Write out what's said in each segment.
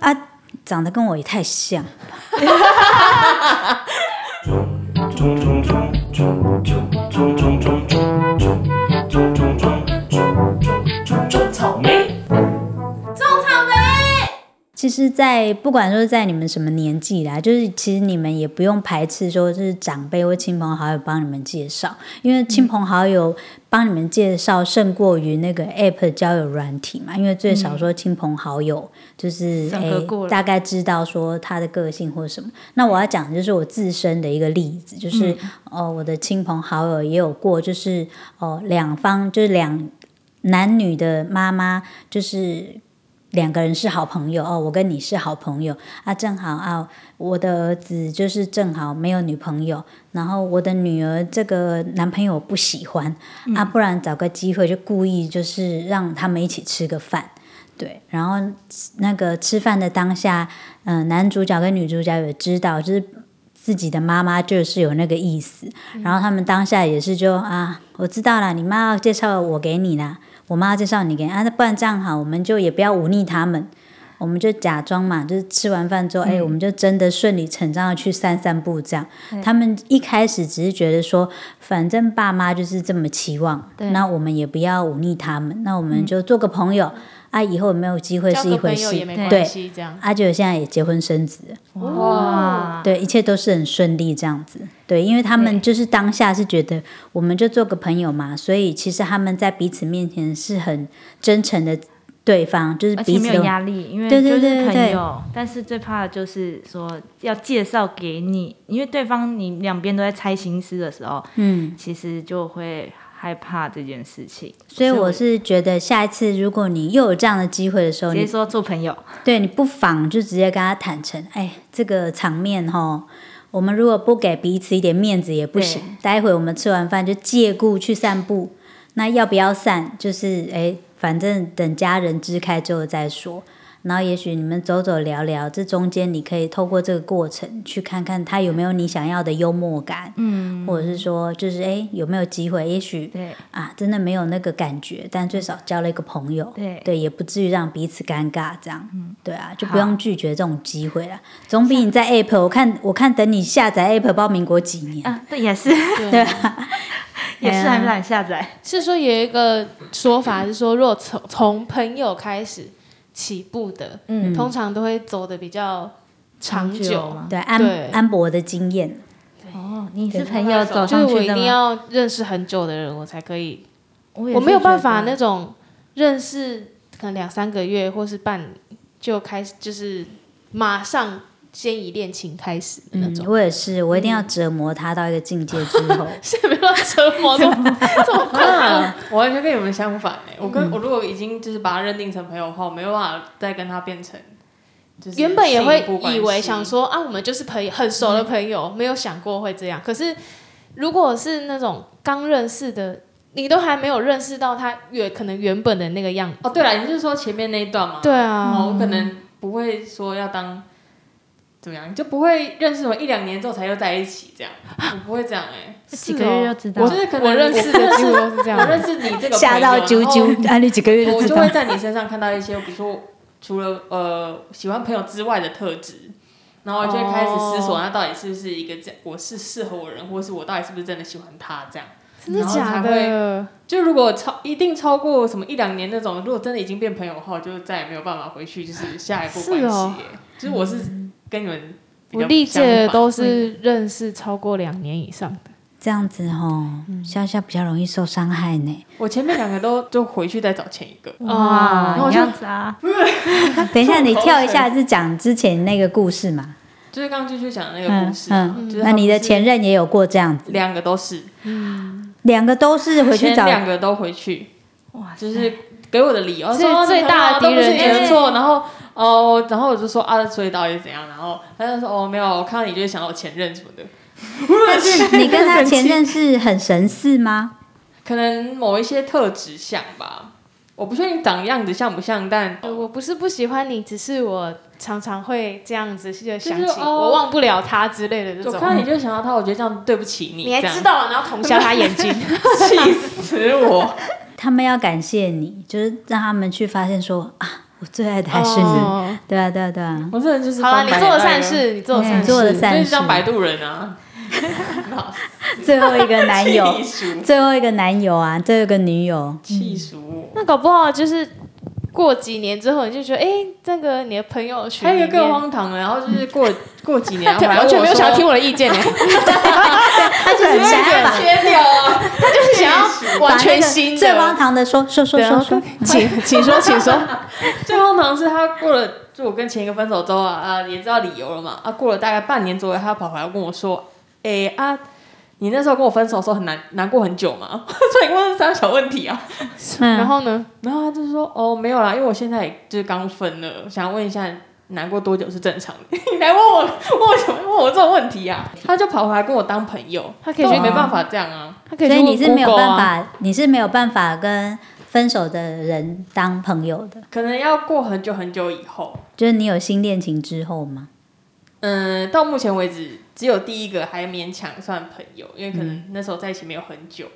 啊长得跟我也太像。其实，在不管说在你们什么年纪啦，就是其实你们也不用排斥说，就是长辈或亲朋好友帮你们介绍，因为亲朋好友帮你们介绍胜过于那个 app 交友软体嘛，因为最少说亲朋好友就是审核过了大概知道说他的个性或什么。那我要讲的就是我自身的一个例子，就是、嗯哦，我的亲朋好友也有过，就是哦两方就是两男女的妈妈就是两个人是好朋友哦，我跟你是好朋友啊，正好啊，我的儿子就是正好没有女朋友，然后我的女儿这个男朋友我不喜欢、啊，不然找个机会就故意就是让他们一起吃个饭。对，然后那个吃饭的当下，嗯、男主角跟女主角也知道，就是自己的妈妈就是有那个意思，然后他们当下也是就啊，我知道了，你妈要介绍我给你啦，我妈要介绍你给你啊，那不然这样好，我们就也不要忤逆他们，我们就假装嘛，就是吃完饭之后，哎、我们就真的顺理成章的去散散步这样。他们一开始只是觉得说，反正爸妈就是这么期望，对那我们也不要忤逆他们，那我们就做个朋友、啊，以后有没有机会交是一个回朋友事也，没关对。系，这样阿九现在也结婚生子了，哇，对，一切都是很顺利这样子。对，因为他们就是当下是觉得我们就做个朋友嘛，所以其实他们在彼此面前是很真诚的，对方就是而且彼没此有都压力，因为对就对是对对朋对友。但是最怕的就是说要介绍给你，因为对方你两边都在猜心思的时候，嗯。其实就会害怕这件事情。所以我是觉得下一次如果你又有这样的机会的时候，直接你说做朋友，对你不妨就直接跟他坦诚，哎，这个场面哈。我们如果不给彼此一点面子也不行。待会我们吃完饭就借故去散步，那要不要散？就是哎，反正等家人支开之后再说。然后也许你们走走聊聊，这中间你可以透过这个过程去看看他有没有你想要的幽默感，嗯，或者是说就是哎有没有机会？也许对啊，真的没有那个感觉，但最少交了一个朋友，对对，也不至于让彼此尴尬这样，嗯，对啊，就不好用拒绝这种机会啦，总比你在 app，我看我看等你下载 app，不知道民国几年，啊，对，也是，对。 也哎是呀还不敢下载，是说有一个说法是说，若从从朋友开始起步的，嗯通常都会走的比较长久。吗？对，安对安博的经验，哦，你是朋友走就是上我去一的定吗？要认识很久的人，我才可以。我我也没有办法呢。那种认识可能两三个月或是半就开始，就是马上先以恋情开始的那嗯，种， 我也是，我一定要嗯折磨他到一个境界之后，是没有折磨的这么快啊，我完全跟你们相反哎、我嗯跟、我如果已经就是把他认定成朋友的话，我没有办法再跟他变成。就是原本也进会一步关以系为想，说啊，我们就是朋友，很熟的朋友，没有想过会这样。可是如果是那种刚认识的，你都还没有认识到他原可能原本的那个样子。哦，对了，你是说前面那一段吗？对啊，哦，我可能不会说要当怎么样，就不会认识我一两年之后才又在一起这样，我不会这样哎、几个月就知道我了，就是可我能认识的几乎都是这我样。认识你 这个吓到朋友啾，啾，啊，你几个月然后就知我就道会，在你身上看到一些，比如说除了呃喜欢朋友之外的特质，然后我就会开始思索，哦那到底是不是一个这样，我是适合我的人，或是我到底是不是真的喜欢他这样。真的然后假才的？就如果超一定超过什么一两年那种，如果真的已经变朋友的话，我就再也没有办法回去，就是下一步关系是哦耶、就是我是跟你们比我较历届的相反都是认识超过两年以上的。这样子哦，嗯笑笑比较容易受伤害 呢。我前面两个都就回去再找前一个，哇，哦然后你就要砸，等一下，你跳一下是讲之前那个故事嘛？就是刚刚继续讲的那个嗯故事啊、嗯就是，他那你的不是前任也有过这样子，两个都是，两个都是回去前找两个都回去，哇塞，就是给我的理由，所以说啊最大的敌人你的就是错，哎然后哦，然后我就说啊，所以到底是怎样？然后他就说哦，没有，我看到你就会想到我前任什么的， 你 跟他前任是很神似吗？可能某一些特质像吧，我不确定长样子像不像，但呃我不是不喜欢你，只是我常常会这样子就想就起是哦我忘不了他之类的这我看到种。你就会想到他，我觉得这样对不起你，你还这样知，道了，然后捅瞎他眼 睛。气死我！他们要感谢你，就是让他们去发现说啊，我最爱的还是你。哦对啊，对啊，对啊，我这人就是好啦，翻你白做了眼善的事，你做了善哎你做事，了人，善就是像摆事。渡人啊，最后一个男 友气，俗，最后一个男友啊，最后一个女友，气俗。那搞不好就是过几年之后，你就觉得，哎、这个你的朋友圈还有一里个更面荒唐的，然后就是 过过几年，然后对，反正完全没有想要听我我的意见呢，他就是很想要把说切掉啊，他就是想要把完那全个新最荒的。唐的说说说对说啊 说，请请说，请说。 最荒唐是他过了，就我跟前一个分手之后啊，啊也知道理由了嘛，啊过了大概半年左右，他跑回来跟我说，哎、啊，你那时候跟我分手的时候很难难过很久嘛， 所以你问三小问题啊，嗯然后呢？然后他就说哦没有啦，因为我现在也就是刚分了，想问一下难过多久是正常的， 你来问我问我什么问我这种问题啊，他就跑回来跟我当朋友，他可以但去我没办法这样啊，他可所以去以问你是没有 Google 办啊法，你是没有办法跟分手的人当朋友的，可能要过很久很久以后。就是你有新恋情之后吗？嗯，到目前为止，只有第一个还勉强算朋友，因为可能那时候在一起没有很久，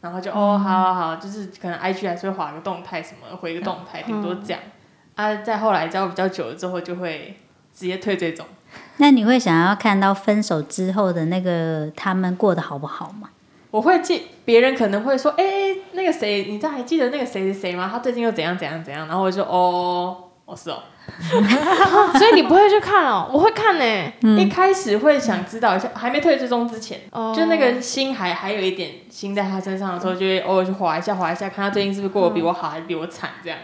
然后就哦，好好好，就是可能 IG 还是会划个动态什么，回个动态，顶多这样。啊，再后来交往比较久了之后，就会直接退这种。那你会想要看到分手之后的那个他们过得好不好 吗？我会记，别人可能会说，哎、那个谁，你知道还记得那个谁谁谁吗？他最近又怎样怎样怎样，然后我就哦，我、是哦，啊 所以你不会去看哦，我会看呢、一开始会想知道一下，还没退追踪之前，哦就那个心还还有一点心在他身上的时候，就会偶尔去划一下划一下，看他最近是不是过得比我好还是比我惨这 样。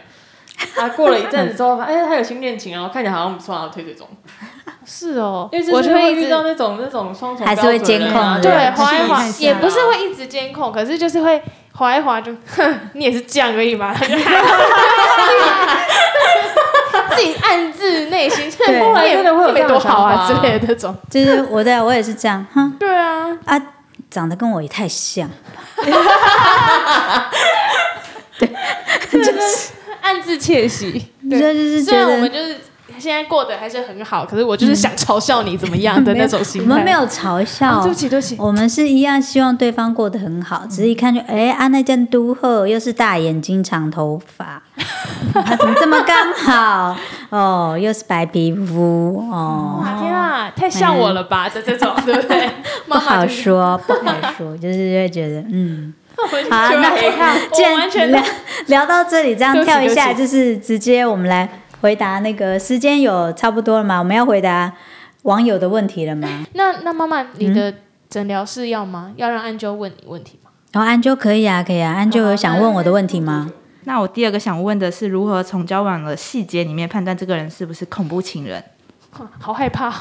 啊，过了一阵子之后，发现哎，他有新恋情啊，看起来好像不错啊，然后退追踪。是哦，因为就我是就会会一遇直到那种那种双重还是会标准的人啊监控的对人划一划气，死也不是哦会一直监控，可是就是会划一划就，哼，你也是这样而已 嘛，自己自己暗自内心，对哼你也真的会有你也没多好啊之这样的想法啊类的这种。就是我对啊我也是这样，哼对 啊，啊，长得跟我也太像，暗自窃喜。就就是虽觉然我得们就是现在过得还是很好，可是我就是想嘲笑你怎么样的那种心我态。们没有哦嘲啊，笑对，不起，对不起。我们是一样希望对方过得很好，只是一看就哎，啊那件都后又是大眼睛长头发， 啊怎么这么刚好哦，又是白皮肤哦，哇天啊，太像我了吧？这这种对不对？ 不妈妈好 就是说，不好说，就是会觉得嗯。 好啊、就那会看既我完全然聊聊到这里，这样对不起跳一下，对不就是直接我们来回答那个时间有差不多了吗？我们要回答网友的问题了吗？那那妈妈，你的诊疗室要吗？要让安啾问你问题吗？ 然后安啾可以啊，可以啊，安啾有想问我的问题吗？那我第二个想问的是，如何从交往的细节里面判断这个人是不是恐怖情人？哼好害怕，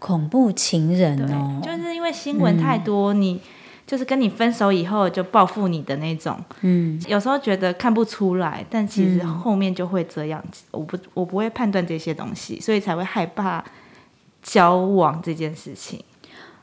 恐怖情人哦嗯对，，就是因为新闻太多，你就是跟你分手以后就报复你的那种，嗯，有时候觉得看不出来，但其实后面就会这样。我不，我不会判断这些东西，所以才会害怕交往这件事情。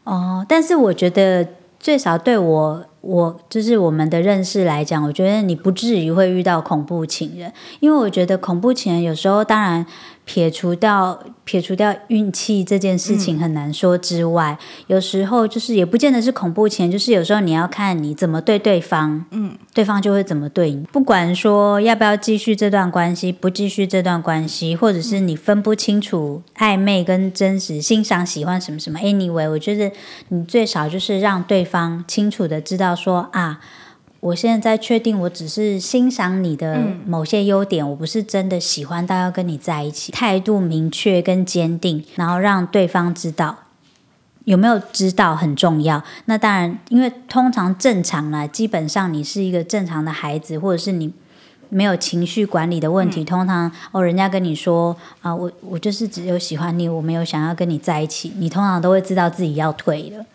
哦，但是我觉得最少对我。我就是我们的认识来讲，我觉得你不至于会遇到恐怖情人，因为我觉得恐怖情人有时候当然撇除掉撇除掉运气这件事情很难说之外，有时候就是也不见得是恐怖情人，就是有时候你要看你怎么对对方，嗯，对方就会怎么对你。不管说要不要继续这段关系，不继续这段关系，或者是你分不清楚暧昧跟真实、欣赏、喜欢什么什么。Anyway，我觉得你最少就是让对方清楚的知道说啊。我现在在确定，我只是欣赏你的某些优点，我不是真的喜欢到要跟你在一起。态度明确跟坚定，然后让对方知道有没有知道很重要。那当然，因为通常正常啦，基本上你是一个正常的孩子，或者是你。没有情绪管理的问嗯题，通常哦，人家跟你说啊，我我就是只有喜欢你，我没有想要跟你在一起，你通常都会知道自己要退了，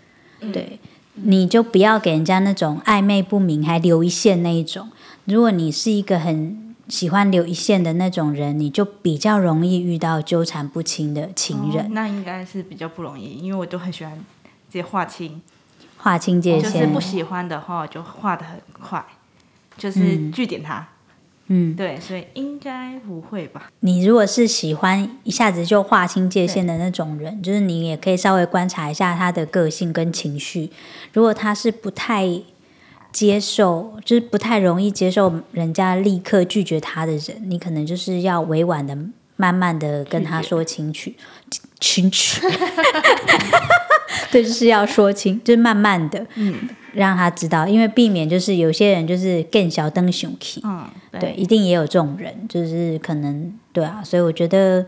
嗯对，你就不要给人家那种暧昧不明还留一线那一种。如果你是一个很喜欢留一线的那种人，你就比较容易遇到纠缠不清的情人哦，那应该是比较不容易，因为我就很喜欢直接划清。划清界就是限。不喜欢的话，我就画的很快，就是据点他。嗯，对，所以应该不会吧？你如果是喜欢一下子就划清界限的那种人，就是你也可以稍微观察一下他的个性跟情绪。如果他是不太接受，就是不太容易接受人家立刻拒绝他的人，你可能就是要委婉的、慢慢的跟他说清楚，清楚， 对，就是要说清，就是慢慢的，让他知道，因为避免就是有些人就是更小灯熊气，嗯，对，，一定也有这种人，就是可能对啊，所以我觉得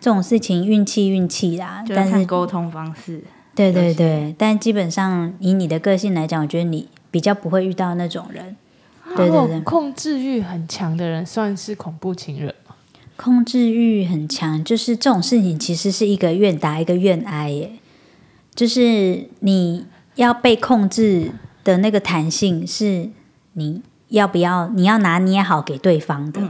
这种事情运气运气啦，就但是是看沟通方式。对有对些对，但基本上以你的个性来讲，我觉得你比较不会遇到那种人，啊对对如果对控制欲很强的人算是恐怖情人吗？控制欲很强，就是这种事情其实是一个愿打一个愿挨耶，就是你要被控制的那个弹性是你要不要你要拿捏好给对方的，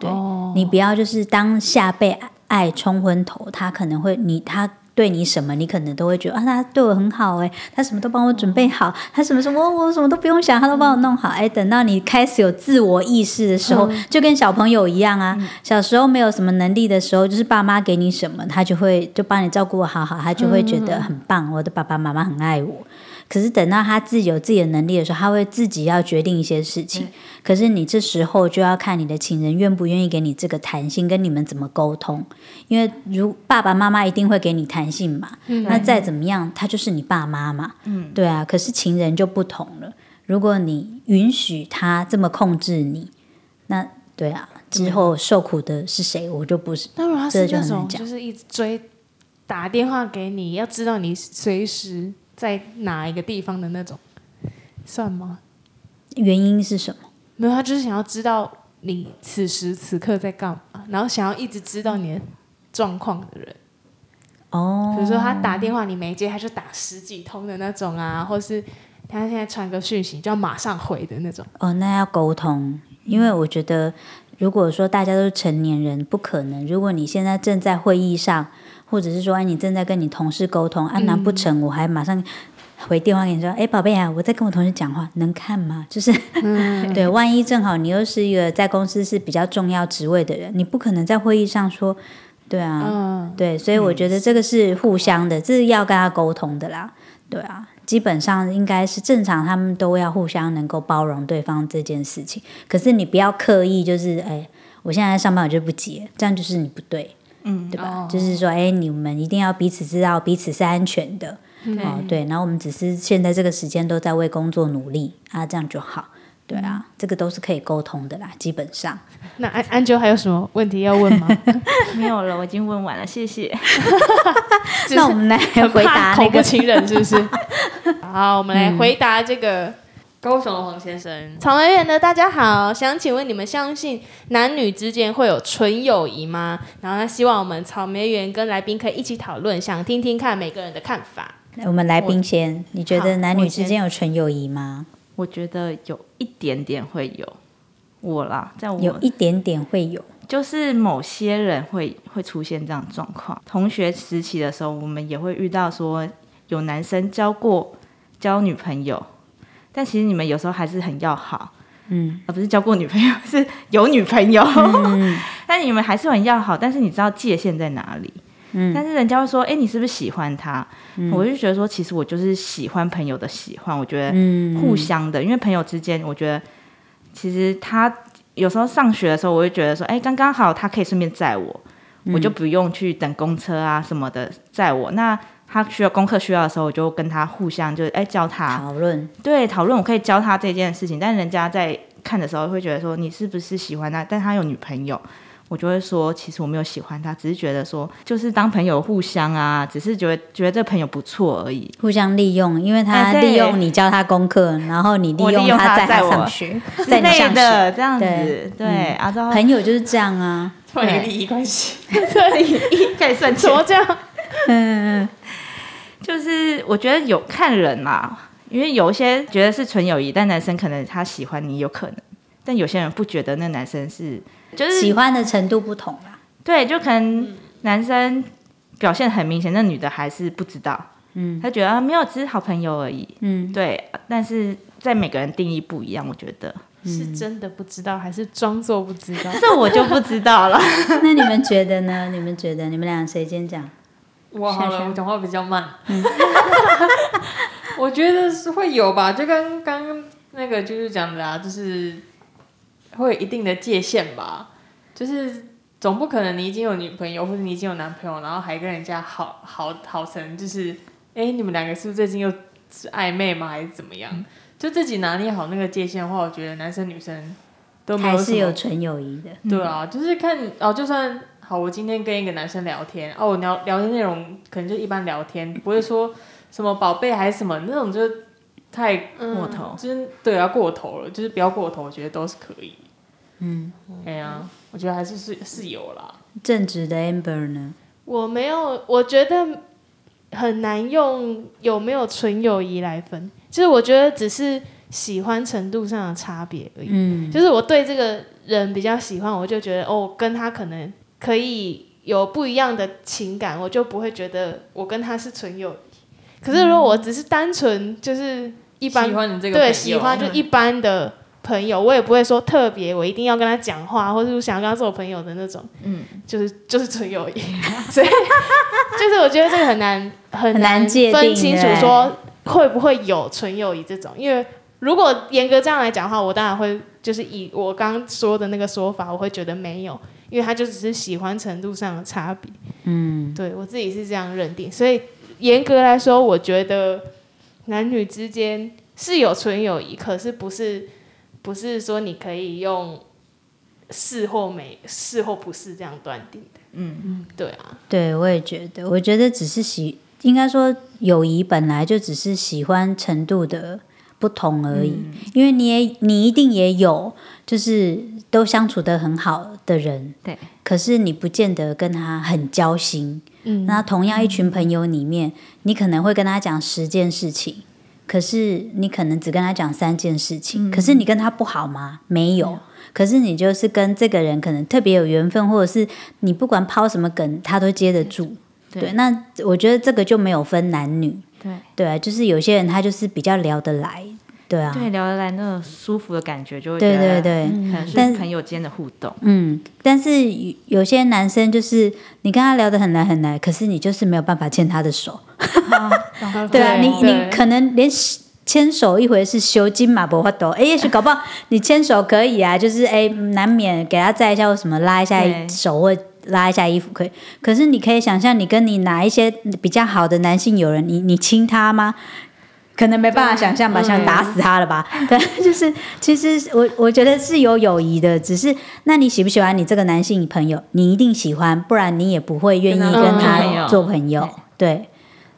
对哦你不要就是当下被爱冲昏头，他可能会你他对你什么，你可能都会觉得啊，他对我很好哎、他什么都帮我准备好，他什么什么我什么都不用想，他都帮我弄好哎、等到你开始有自我意识的时候，就跟小朋友一样啊，小时候没有什么能力的时候，就是爸妈给你什么，他就会就帮你照顾好好，他就会觉得很棒，我的爸爸妈妈很爱我。可是等到他自己有自己的能力的时候，他会自己要决定一些事情。可是你这时候就要看你的情人愿不愿意给你这个弹性，跟你们怎么沟通。因为如爸爸妈妈一定会给你弹性嘛，那再怎么样，他就是你爸妈嘛，嗯，对啊。可是情人就不同了，如果你允许他这么控制你，那对啊，之后受苦的是谁，我就不是。那如果他这是就那很难种讲就是一直追打电话给你，要知道你随时在哪一个地方的那种，算吗？原因是什么？没有，他就是想要知道你此时此刻在干嘛，然后想要一直知道你的状况的人。哦，比如说他打电话你没接，他就打十几通的那种啊，或是他现在传个讯息就要马上回的那种。哦，那要沟通，因为我觉得，如果说大家都是成年人，不可能。如果你现在正在会议上，或者是说，哎，你正在跟你同事沟通，啊，难不成我还马上回电话给你说，哎，宝贝啊，我在跟我同事讲话，能看吗？就是， 对，万一正好你又是一个在公司是比较重要职位的人，你不可能在会议上说，对啊，嗯，对，所以我觉得这个是互相的，这是要跟他沟通的啦。对啊，基本上应该是正常，他们都要互相能够包容对方这件事情。可是你不要刻意就是，哎，我现在在上班我就不接，这样就是你不对，嗯，对吧？哦就是说，哎，你们一定要彼此知道彼此是安全的，嗯哦，对。然后我们只是现在这个时间都在为工作努力啊，这样就好。对啊，嗯这个都是可以沟通的啦，基本上。那安安啾还有什么问题要 问吗？没有了，我已经问完了，谢谢。只是那我们来很怕回答那恐怖个情人是不是？ 好，我们来回答这个高雄的黄先生，草莓园的大家好，想请问你们相信男女之间会有纯友谊吗？然后他希望我们草莓园跟来宾可以一起讨论，想听听看每个人的看法。我们来宾先，你觉得好男女我之先间有纯友谊吗？我觉得有一点点会有我啦，在有我一点点会有，就是某些人会会出现这样的状况。同学时期的时候，我们也会遇到说有男生交过交女朋友，但其实你们有时候还是很要好，嗯，啊而不是交过女朋友， 是有女朋友， 但你们还是很要好，但是你知道界限在哪里。嗯但是人家会说，哎、你是不是喜欢他？我就觉得说，其实我就是喜欢朋友的喜欢，我觉得嗯，互相的，因为朋友之间，我觉得其实他有时候上学的时候，我会觉得说，哎，刚刚好，他可以顺便载我，我嗯就不用去等公车啊什么的载我。那他需要功课需要的时候，我就跟他互相就哎教他，讨论，对，讨论我可以教他这件事情，但人家在看的时候会觉得说你是不是喜欢他？但他有女朋友。我就会说，其实我没有喜欢他，只是觉得说，就是当朋友互相啊，只是觉得觉得这朋友不错而已。互相利用，因为他哎对利用你教他功课，然后你利我利用他他载载他我上学，之载你类上学。的这样对子，对，然后朋友就是这样啊，突然有利益关系，可以可以算怎钱么，这样？ 嗯，就是我觉得有看人啦，因为有一些觉得是纯友谊，但男生可能他喜欢你有可能，但有些人不觉得那男生是就是喜欢的程度不同啊啦，对，就可能男生表现很明显，那女的还是不知道，嗯，他觉得、啊、没有，只是好朋友而已， 嗯，对，但是在每个人定义不一样，我觉得是真的不知道，还是装作不知道？这我就不知道了。那你们觉得呢？你们觉得你们俩谁先讲？我好是了，是我嗯讲 话比较慢。我觉得是会有吧，就跟刚刚那个就是讲的啊，就是会有一定的界限吧，就是总不可能你已经有女朋友或者你已经有男朋友，然后还跟人家好好好成，就是哎、诶你们两个是不是最近又是暧昧吗？还是怎么嗯样？就自己拿捏好那个界限的话，我觉得男生女生都没还什是么有纯友谊的。对啊，就是看哦，就算好，我今天跟一个男生聊天，哦，我聊聊天内容可能就一般聊天，不会说什么宝贝还是什么那种，就太嗯 过头。就是对啊过头了，就是不要过头，我觉得都是可以。嗯，哎呀、我觉得还是是是有啦。正直的 Amber 呢？我没有，我觉得很难用有没有纯友谊来分，就是我觉得只是喜欢程度上的差别而已。嗯，就是我对这个人比较喜欢，我就觉得哦，跟他可能可以有不一样的情感，我就不会觉得我跟他是纯友谊。可是如果我只是单纯就是一般喜欢你这个朋对友喜欢就一般的朋友，我也不会说特别，我一定要跟他讲话，或者是想要跟他做朋友的那种，嗯，就是就是纯友谊，所以就是我觉得这个很难很很难界定分清楚对说会不会有纯友谊这种，因为如果严格这样来讲的话，我当然会就是以我刚刚说的那个说法，我会觉得没有，因为他就只是喜欢程度上的差别，嗯，对我自己是这样认定，所以严格来说，我觉得男女之间是有纯友谊，可是不是不是说你可以用是或没是或不是这样断定的。嗯，对啊，对，我也觉得，我觉得只是喜，应该说友谊本来就只是喜欢程度的不同而已，因为你也你一定也有，就是都相处的很好的人，对，可是你不见得跟他很交心，嗯，那同样一群朋友里面，你可能会跟他讲十件事情，可是你可能只跟他讲三件事嗯情，可是你跟他不好吗？没有。可是你就是跟这个人可能特别有缘分，或者是你不管抛什么梗，他都接得住。对对，那我觉得这个就没有分男女，对对啊，就是有些人他就是比较聊得来，对啊，对，聊得来那种舒服的感觉，就会对觉对得对，可能但是朋友间的互动，嗯，但是有有些男生就是你跟他聊得很来很来，可是你就是没有办法牵他的手，对啊，你你可能连牵手一回是修金马不法抖，哎，也许搞不好你牵手可以啊，就是哎，难免给他载一下或什么，拉一下对手或拉一下衣服可以。可是你可以想象，你跟你哪一些比较好的男性友人，你你亲他吗？可能没办法想象吧，想打死他了吧？对， 就是其实我我觉得是有友谊的，只是那你喜不喜欢你这个男性朋友？你一定喜欢，不然你也不会愿意跟他跟做朋他友做朋友。对，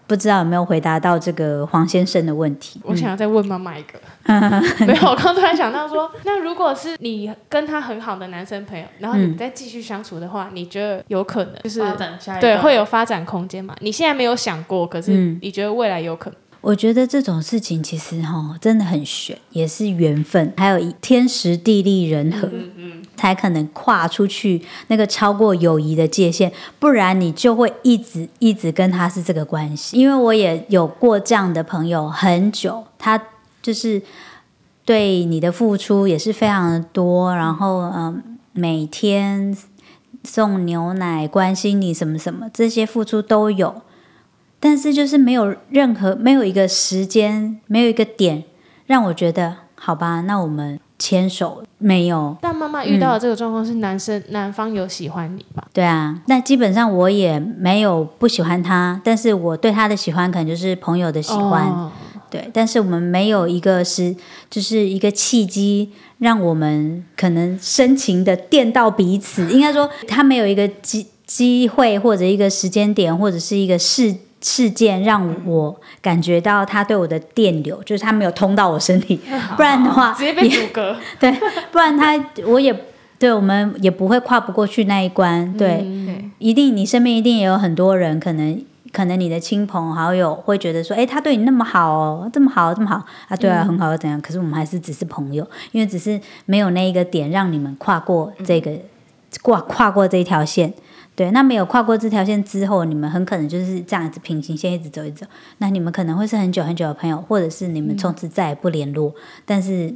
不知道有没有回答到这个黄先生的问题？我想要再问妈妈一个，嗯 没有，我刚突然想到说，那如果是你跟他很好的男生朋友，然后你嗯们再继续相处的话，你觉得有可能就是发展下一对段会有发展空间嘛？你现在没有想过，可是嗯你觉得未来有可能？我觉得这种事情其实哈、真的很悬，也是缘分，还有一天时地利人和，才可能跨出去那个超过友谊的界限，不然你就会一直一直跟他是这个关系。因为我也有过这样的朋友很久，他就是对你的付出也是非常的多，然后嗯、每天送牛奶、关心你什么什么，这些付出都有。但是就是没有任何没有一个时间，没有一个点让我觉得好吧，那我们牵手没有？但妈妈遇嗯到的这个状况是男生、男方有喜欢你吧？对啊，那基本上我也没有不喜欢他，但是我对他的喜欢可能就是朋友的喜欢，哦对，但是我们没有一个是就是一个契机，让我们可能深情的电到彼此。应该说，他没有一个机机会或者一个时间点或者是一个事事件，让我感觉到他对我的电流，就是他没有通到我身体， 不然的话，直接被阻隔。对，不然他我也对我们也不会跨不过去那一关。对，嗯对一定，你身边一定也有很多人，可能可能你的亲朋好友会觉得说，哎，他对你那么好哦，这么好，这么好啊，对啊，很好又怎样？可是我们还是只是朋友，因为只是没有那一个点让你们跨过这个、跨跨过这一条线。对，那没有跨过这条线之后，你们很可能就是这样子平行线一直走一直走。那你们可能会是很久很久的朋友，或者是你们从此再也不联络。但是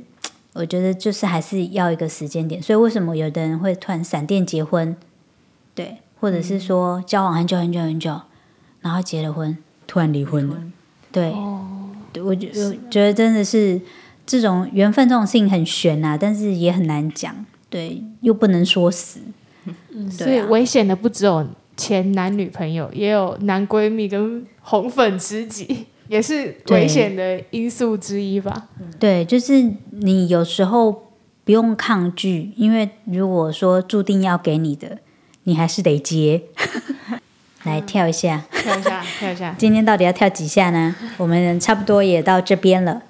我觉得就是还是要一个时间点。所以为什么有的人会突然闪电结婚？对，或者是说交往很久很久很久，然后哦结了婚，突然离婚了。对，对我觉我觉得真的是这种缘分这种事情很悬啊，但是也很难讲，对，又不能说死，所对以啊，危险的不只有前男女朋友，也有男闺蜜跟红粉知己， 也是危险的因素之 一吧。对，就是你有时候不用抗拒，因为如果说注定要给你的，你还是得接。 来跳一下，跳一下，跳一下。今天到底要跳几下呢？我们差不多也到这边了。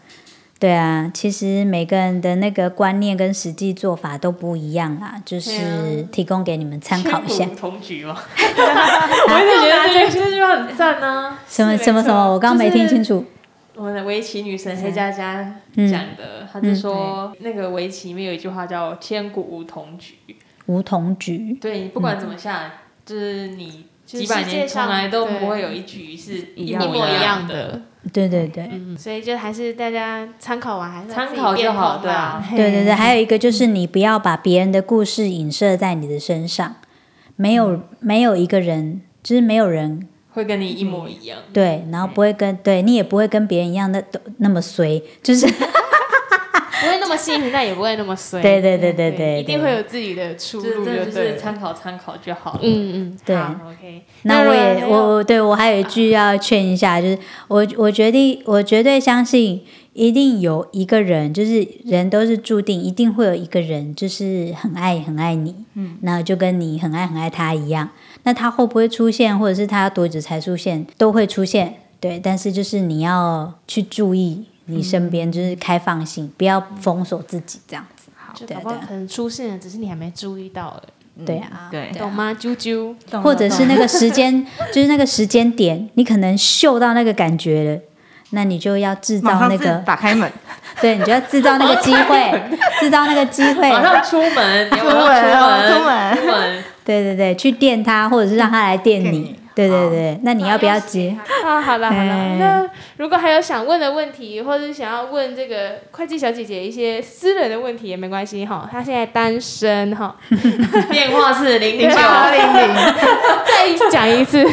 对啊，其实每个人的那个观念跟实际做法都不一样啦，就是对提供给你们 参考一下千。古同 举嘛，我也觉得这句这句话很赞啊！什么是什么什么，我刚没听。没错清楚。我们的围棋女神黑佳佳嗯讲的，她就嗯说那个围棋里面有一句话叫“千古无同局梧桐局”，，对你不管怎么下，就是嗯你就是几百世界年上从来都对不会有一局是一一样模一模一样样的，对对对。 嗯，所以就还是大家参考完还是参考就好对啊嗯对对对，还有一个就是你不要把别人的故事影射在你的身上，没有、没有一个人，就是没有人会跟你一模一嗯样。对，然后不会跟对你也不会跟别人一样的都那么衰，就是不会那么幸运，但也不会那么 衰。对对对对对对一定会有自己的出这路，这就对是了。参考参考就好了。嗯嗯，对好，OK。那我那也如果还有我我对我还有一句要劝一下，就是我我决定我绝对相信，一定有一个人，就是人都是注定，一定会有一个人，就是很爱很爱你，嗯，那就跟你很爱很爱他一样。那他会不会出现，或者是他要多久才出现，都会出现，对。但是就是你要去注意你身边，就是开放性，不要封锁自己这样子。就对搞不好对可能出现了，只是你还没注意到而对啊，嗯对已，懂吗？啾啾，啊或者是那个时间，就是那个时间点，你可能嗅到那个感觉了。那你就要制马造上那自己个，打 开门，对，你就要制造那个机会，制造那个机会，马上出门，你出要马门上哦，出出门，门，出门，对对对，去电他，或者是让他来电电你你，对对好对。那你要不要接？啊，好了好了哎，那如果还有想问的问题，或者想要问这个会计小姐姐一些私人的问题也没关系哈，她现在单身 哈，电话是零零 零九九。零零。再讲 一次，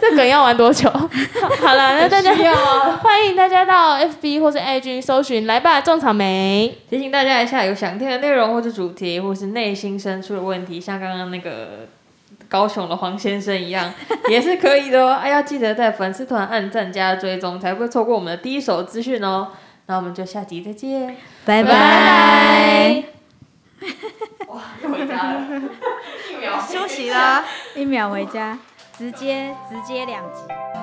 这梗要玩多久？ 好了，那大家啊欢迎大家到 FB 或是 IG 搜寻来吧，种草莓。提醒大家一下，有想听的内容或是主题，或是内心深处的问题，像刚刚那个高雄的黄先生一样， 也是可以的哦。哎、要记得在粉丝团按赞加追踪，才不会错过我们的第一手资讯哦。那我们就下集再见，拜拜拜。又回家了，一秒 休息啦。一秒回家，直接直接两集。